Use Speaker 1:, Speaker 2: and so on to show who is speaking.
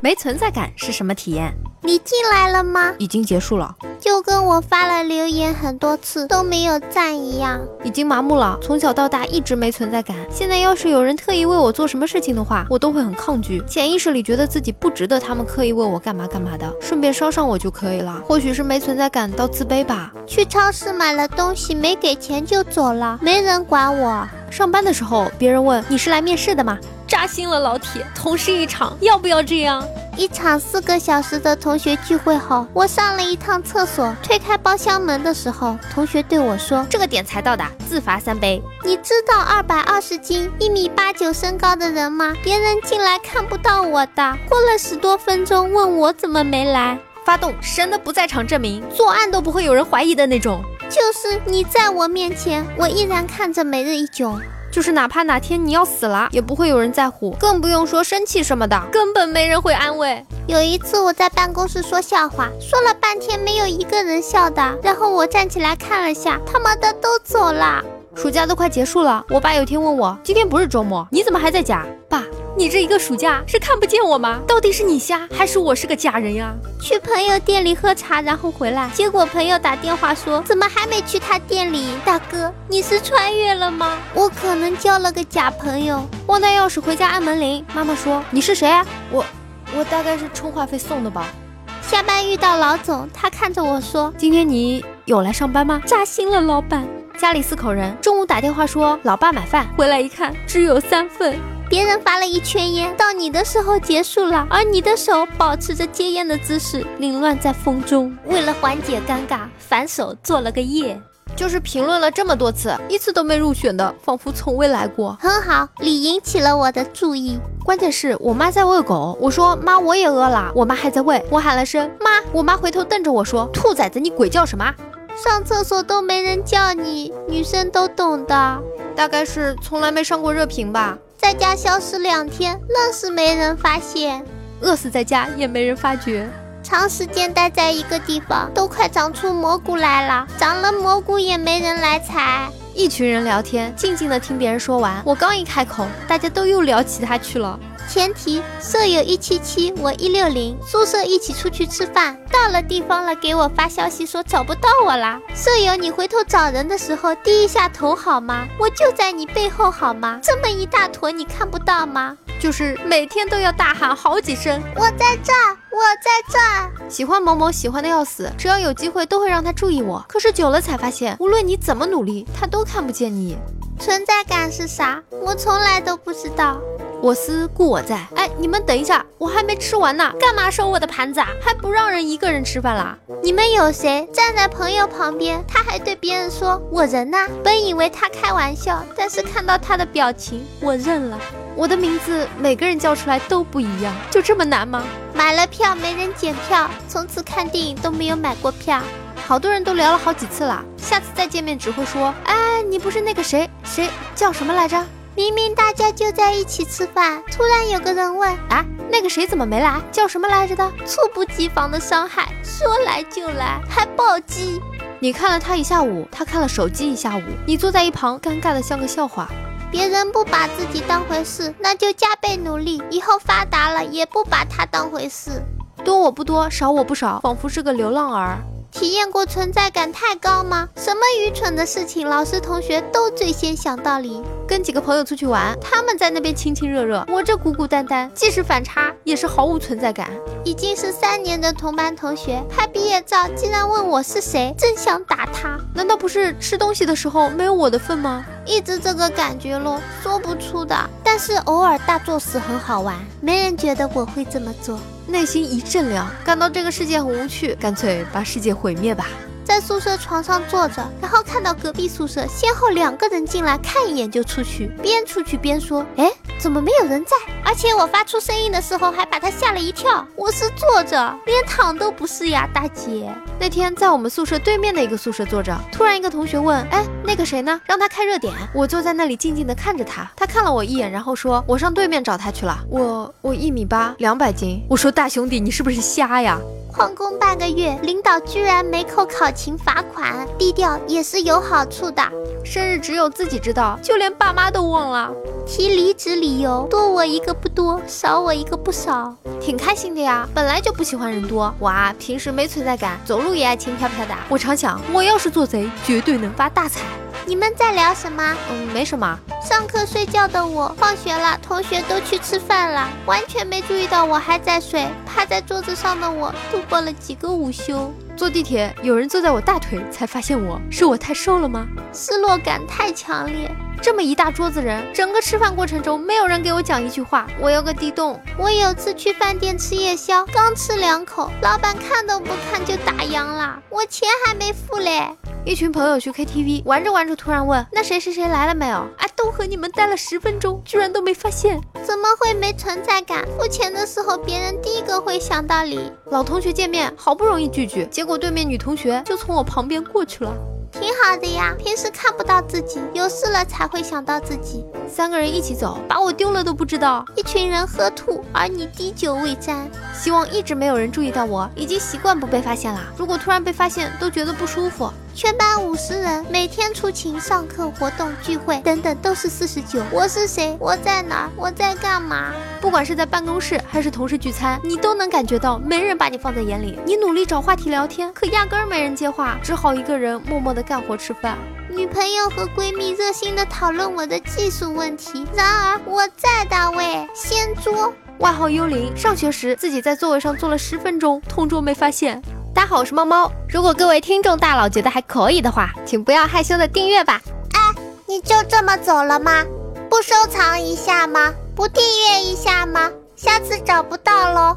Speaker 1: 没存在感是什么体验？
Speaker 2: 你进来了吗？
Speaker 1: 已经结束了，
Speaker 2: 就跟我发了留言很多次都没有赞一样。
Speaker 1: 已经麻木了。从小到大一直没存在感，现在要是有人特意为我做什么事情的话，我都会很抗拒，潜意识里觉得自己不值得他们刻意为我干嘛干嘛的，顺便捎上我就可以了。或许是没存在感到自卑吧。
Speaker 2: 去超市买了东西，没给钱就走了，没人管我。
Speaker 1: 上班的时候，别人问你是来面试的吗？扎心了，老铁，同事一场，要不要这样？
Speaker 2: 一场四个小时的同学聚会后，我上了一趟厕所。推开包厢门的时候，同学对我说
Speaker 1: 这个点才到达，自罚三杯。：“
Speaker 2: 你知道二百二十斤、一米八九身高的人吗？别人进来看不到我的。”过了十多分钟，问我怎么没来，
Speaker 1: 发动神的不在场证明，作案都不会有人怀疑的那种。
Speaker 2: 就是你在我面前，我依然看着每日一囧。
Speaker 1: 就是哪怕哪天你要死了，也不会有人在乎，更不用说生气什么的，根本没人会安慰。
Speaker 2: 有一次我在办公室说笑话，说了半天没有一个人笑的，然后我站起来看了下，他妈的都走了。
Speaker 1: 暑假都快结束了，我爸有天问我，今天不是周末，你怎么还在家？爸， 你这一个暑假是看不见我吗？到底是你瞎，还是我是个假人呀、
Speaker 2: 去朋友店里喝茶，然后回来，结果朋友打电话说怎么还没去他店里？大哥，你是穿越了吗？我可能交了个假朋友。
Speaker 1: 忘带钥匙回家按门铃，妈妈说你是谁啊？我，我大概是充话费送的吧。
Speaker 2: 下班遇到老总，他看着我说
Speaker 1: 今天你有来上班吗？
Speaker 2: 扎心了，老板。
Speaker 1: 家里四口人，中午打电话说老爸买饭，回来一看只有三份。
Speaker 2: 别人发了一圈烟，到你的时候结束了，而你的手保持着接烟的姿势，凌乱在风中。为了缓解尴尬，反手做了个耶。
Speaker 1: 就是评论了这么多次，一次都没入选的，仿佛从未来过。
Speaker 2: 很好，你引起了我的注意。
Speaker 1: 关键是我妈在喂狗，我说妈我也饿了，我妈还在喂，我喊了声妈，我妈回头瞪着我说兔崽子你鬼叫什么啊？
Speaker 2: 上厕所都没人叫你，女生都懂的。
Speaker 1: 大概是从来没上过热评吧，
Speaker 2: 在家消失两天，愣是没人发现。
Speaker 1: 饿死在家也没人发觉。
Speaker 2: 长时间待在一个地方，都快长出蘑菇来了。长了蘑菇也没人来采。
Speaker 1: 一群人聊天，静静的听别人说完，我刚一开口，大家都又聊其他去了。
Speaker 2: 前提舍友一七七，我一六零，宿舍一起出去吃饭，到了地方了给我发消息说找不到我啦。舍友，你回头找人的时候低一下头好吗？我就在你背后好吗？这么一大坨你看不到吗？
Speaker 1: 就是每天都要大喊好几声，
Speaker 2: 我在这儿，我在这儿。
Speaker 1: 喜欢某某喜欢的要死，只要有机会都会让他注意我。可是久了才发现，无论你怎么努力，他都看不见你。
Speaker 2: 存在感是啥？我从来都不知道。
Speaker 1: 我思故我在。哎，你们等一下，我还没吃完呢，干嘛收我的盘子啊？还不让人一个人吃饭啊啦？
Speaker 2: 你们有谁站在朋友旁边？他还对别人说：“我人呢？”本以为他开玩笑，但是看到他的表情，我认了。
Speaker 1: 我的名字每个人叫出来都不一样，就这么难吗？
Speaker 2: 买了票没人检票，从此看电影都没有买过票。
Speaker 1: 好多人都聊了好几次啦，下次再见面只会说，哎，你不是那个谁谁叫什么来着？
Speaker 2: 明明大家就在一起吃饭，突然有个人问，
Speaker 1: 啊，那个谁怎么没来？啊叫什么来着的？
Speaker 2: 猝不及防的伤害，说来就来，还暴击。
Speaker 1: 你看了他一下午，他看了手机一下午，你坐在一旁尴尬的像个笑话。
Speaker 2: 别人不把自己当回事，那就加倍努力，以后发达了也不把他当回事。
Speaker 1: 多我不多，少我不少，仿佛是个流浪儿。
Speaker 2: 体验过存在感太高吗？什么愚蠢的事情，老师同学都最先想到你。
Speaker 1: 跟几个朋友出去玩，他们在那边亲亲热热，我这孤孤单单，既是反差，也是毫无存在感。
Speaker 2: 已经是三年的同班同学，拍毕业照竟然问我是谁，真想打他。
Speaker 1: 难道不是吃东西的时候没有我的份吗？
Speaker 2: 一直这个感觉咯，说不出的。但是偶尔大作死很好玩，没人觉得我会这么做。
Speaker 1: 内心一阵凉，感到这个世界很无趣，干脆把世界毁灭吧。
Speaker 2: 在宿舍床上坐着，然后看到隔壁宿舍先后两个人进来，看一眼就出去，边出去边说：“哎，怎么没有人在？”而且我发出声音的时候还把他吓了一跳。我是坐着，连躺都不是呀，大姐。
Speaker 1: 那天在我们宿舍对面的一个宿舍坐着，突然一个同学问：“哎，那个谁呢？让他开热点。”我就在那里静静的看着他，他看了我一眼，然后说：“我上对面找他去了。我我一米八，两百斤。”我说：“大兄弟，你是不是瞎呀？”
Speaker 2: 旷工半个月，领导居然没扣考勤罚款，低调也是有好处的。
Speaker 1: 生日只有自己知道，就连爸妈都忘了，
Speaker 2: 提离职理由，多我一个不多，少我一个不少。
Speaker 1: 挺开心的呀。本来就不喜欢人多，我啊平时没存在感，走路也爱轻飘飘的。我常想，我要是做贼，绝对能发大财。
Speaker 2: 你们在聊什么？
Speaker 1: 嗯，没什么。
Speaker 2: 上课睡觉的我，放学了，同学都去吃饭了，完全没注意到我还在睡。趴在桌子上的我，度过了几个午休。
Speaker 1: 坐地铁，有人坐在我大腿，才发现我是我太瘦了吗？
Speaker 2: 失落感太强烈。
Speaker 1: 这么一大桌子人，整个吃饭过程中没有人给我讲一句话，我有个地洞。
Speaker 2: 我有次去饭店吃夜宵，刚吃两口，老板看都不看就打烊了，我钱还没付嘞。
Speaker 1: 一群朋友去 KTV 玩着玩着，突然问那谁谁谁来了没有？啊，都和你们待了十分钟，居然都没发现，
Speaker 2: 怎么会没存在感？付钱的时候，别人第一个会想到你。
Speaker 1: 老同学见面，好不容易聚聚，结果对面女同学就从我旁边过去了。
Speaker 2: 挺好的呀，平时看不到自己，有事了才会想到自己。
Speaker 1: 三个人一起走，把我丢了都不知道。
Speaker 2: 一群人喝吐，而你滴酒未沾。
Speaker 1: 希望一直没有人注意到我，已经习惯不被发现啦。如果突然被发现，都觉得不舒服。
Speaker 2: 全班五十人，每天出勤、上课、活动、聚会等等都是四十九。我是谁？我在哪儿？我在干嘛？
Speaker 1: 不管是在办公室还是同事聚餐，你都能感觉到没人把你放在眼里。你努力找话题聊天，可压根儿没人接话，只好一个人默默的干活吃饭。
Speaker 2: 女朋友和闺蜜热心的讨论我的技术问题，然而我在大位掀桌。
Speaker 1: 外号幽灵，上学时自己在座位上坐了十分钟，同桌没发现。大家好，我是猫猫。如果各位听众大佬觉得还可以的话，请不要害羞的订阅吧。
Speaker 2: 你就这么走了吗？不收藏一下吗？不订阅一下吗？下次找不到喽。